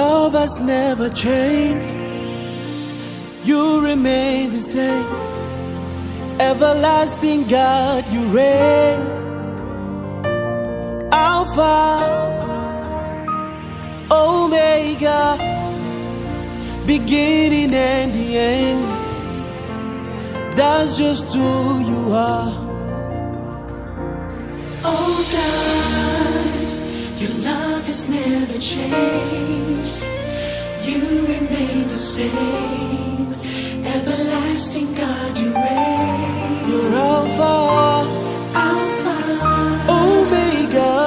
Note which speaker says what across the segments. Speaker 1: Oh has never changed. You remain the same. Everlasting God, you reign. Alpha, Omega, beginning and the end. That's just who you are.
Speaker 2: Oh
Speaker 1: Oh
Speaker 2: God, your love has never changed. You remain the same. Everlasting God, you reign.
Speaker 1: You're Alpha,
Speaker 2: Alpha,
Speaker 1: Omega,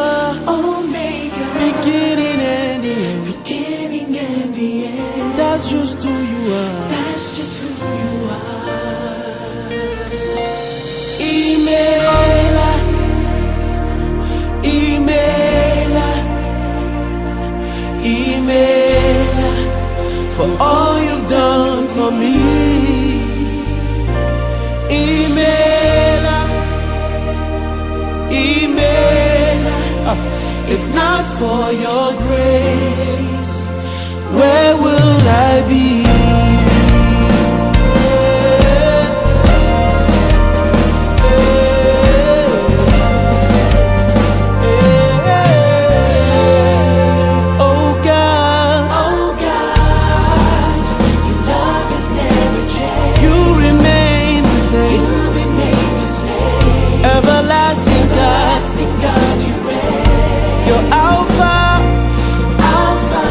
Speaker 2: Omega,
Speaker 1: beginning and the end.
Speaker 2: beginning and the end.
Speaker 1: That's just who you are.
Speaker 2: That's just who you are.
Speaker 1: Imela, Imela, Imela, for all you've done for me. Imela, Imela, if not for your grace, where will I be? Oh God,
Speaker 2: Oh God, your love has never changed.
Speaker 1: you remain the same.
Speaker 2: You remain the same.
Speaker 1: Everlasting God,
Speaker 2: Everlasting God, you reign.
Speaker 1: your Alpha,
Speaker 2: Alpha,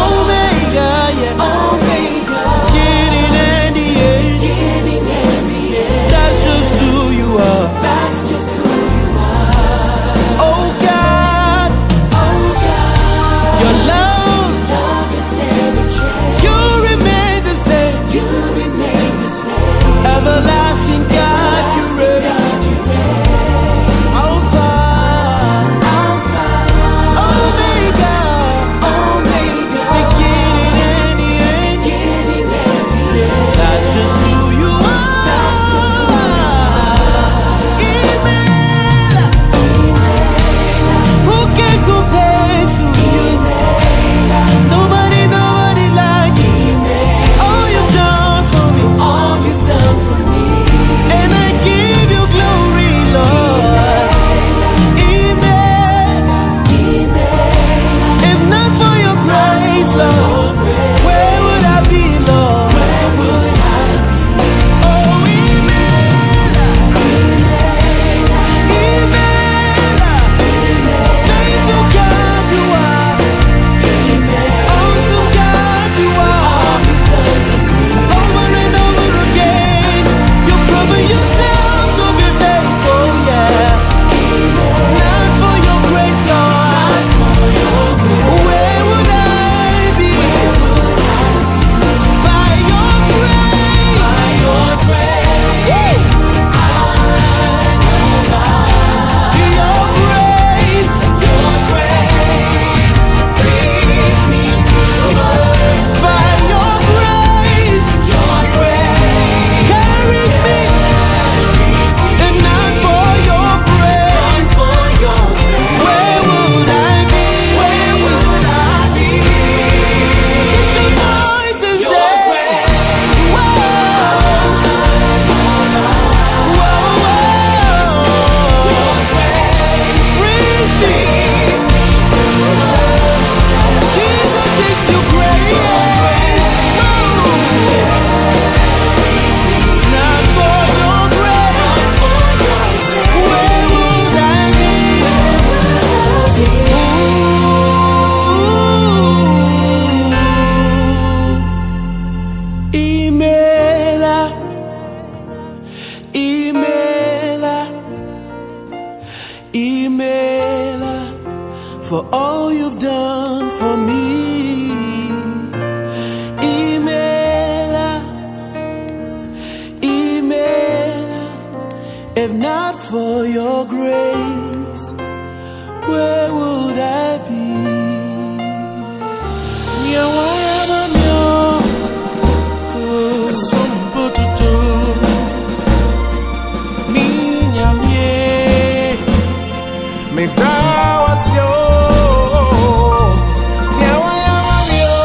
Speaker 1: Omega, yeah.
Speaker 2: Omega,
Speaker 1: Beginning and the end.
Speaker 2: beginning and the end.
Speaker 1: That's just who you are.
Speaker 2: That's just who you are.
Speaker 1: Oh God,
Speaker 2: Oh God,
Speaker 1: your love,
Speaker 2: love has never changed.
Speaker 1: you remain the same.
Speaker 2: You remain the same.
Speaker 1: Everlasting God, you
Speaker 2: Everlasting
Speaker 1: remain.
Speaker 2: God, you reign.
Speaker 1: Alpha,
Speaker 2: Alpha,
Speaker 1: Omega,
Speaker 2: Omega,
Speaker 1: beginning and the end.
Speaker 2: beginning and the end.
Speaker 1: That's just who you are.
Speaker 2: That's just who you
Speaker 1: Email. Who can compare to you? Nobody, nobody like you. All you've done for me,
Speaker 2: All you've done for me,
Speaker 1: and I give you glory, Lord. Email.
Speaker 2: Emmanuel,
Speaker 1: If not for your grace, Lord, where would I be, Lord?
Speaker 2: where would I be?
Speaker 1: Oh, Email. Your grace. By your grace, your grace carries me, and not for your grace, where would I be? Where would I be? Lift your voice and say, Whoa, whoa, frees me. Jesus is your grace, not for your grace. Where would I be? Imela, Imela, Imela, for all you've done for me. Imela, Imela, if not for your grace, where would I be? Yeah, why am I yours? Sombututu, minha mie, me dá o seu, minha mãe ama meu.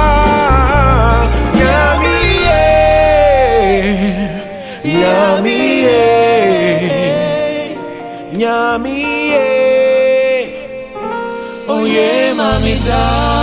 Speaker 1: time. Yummy, yeah. Yummy, yeah. Yummy, yeah. Oh yeah, mommy, darling.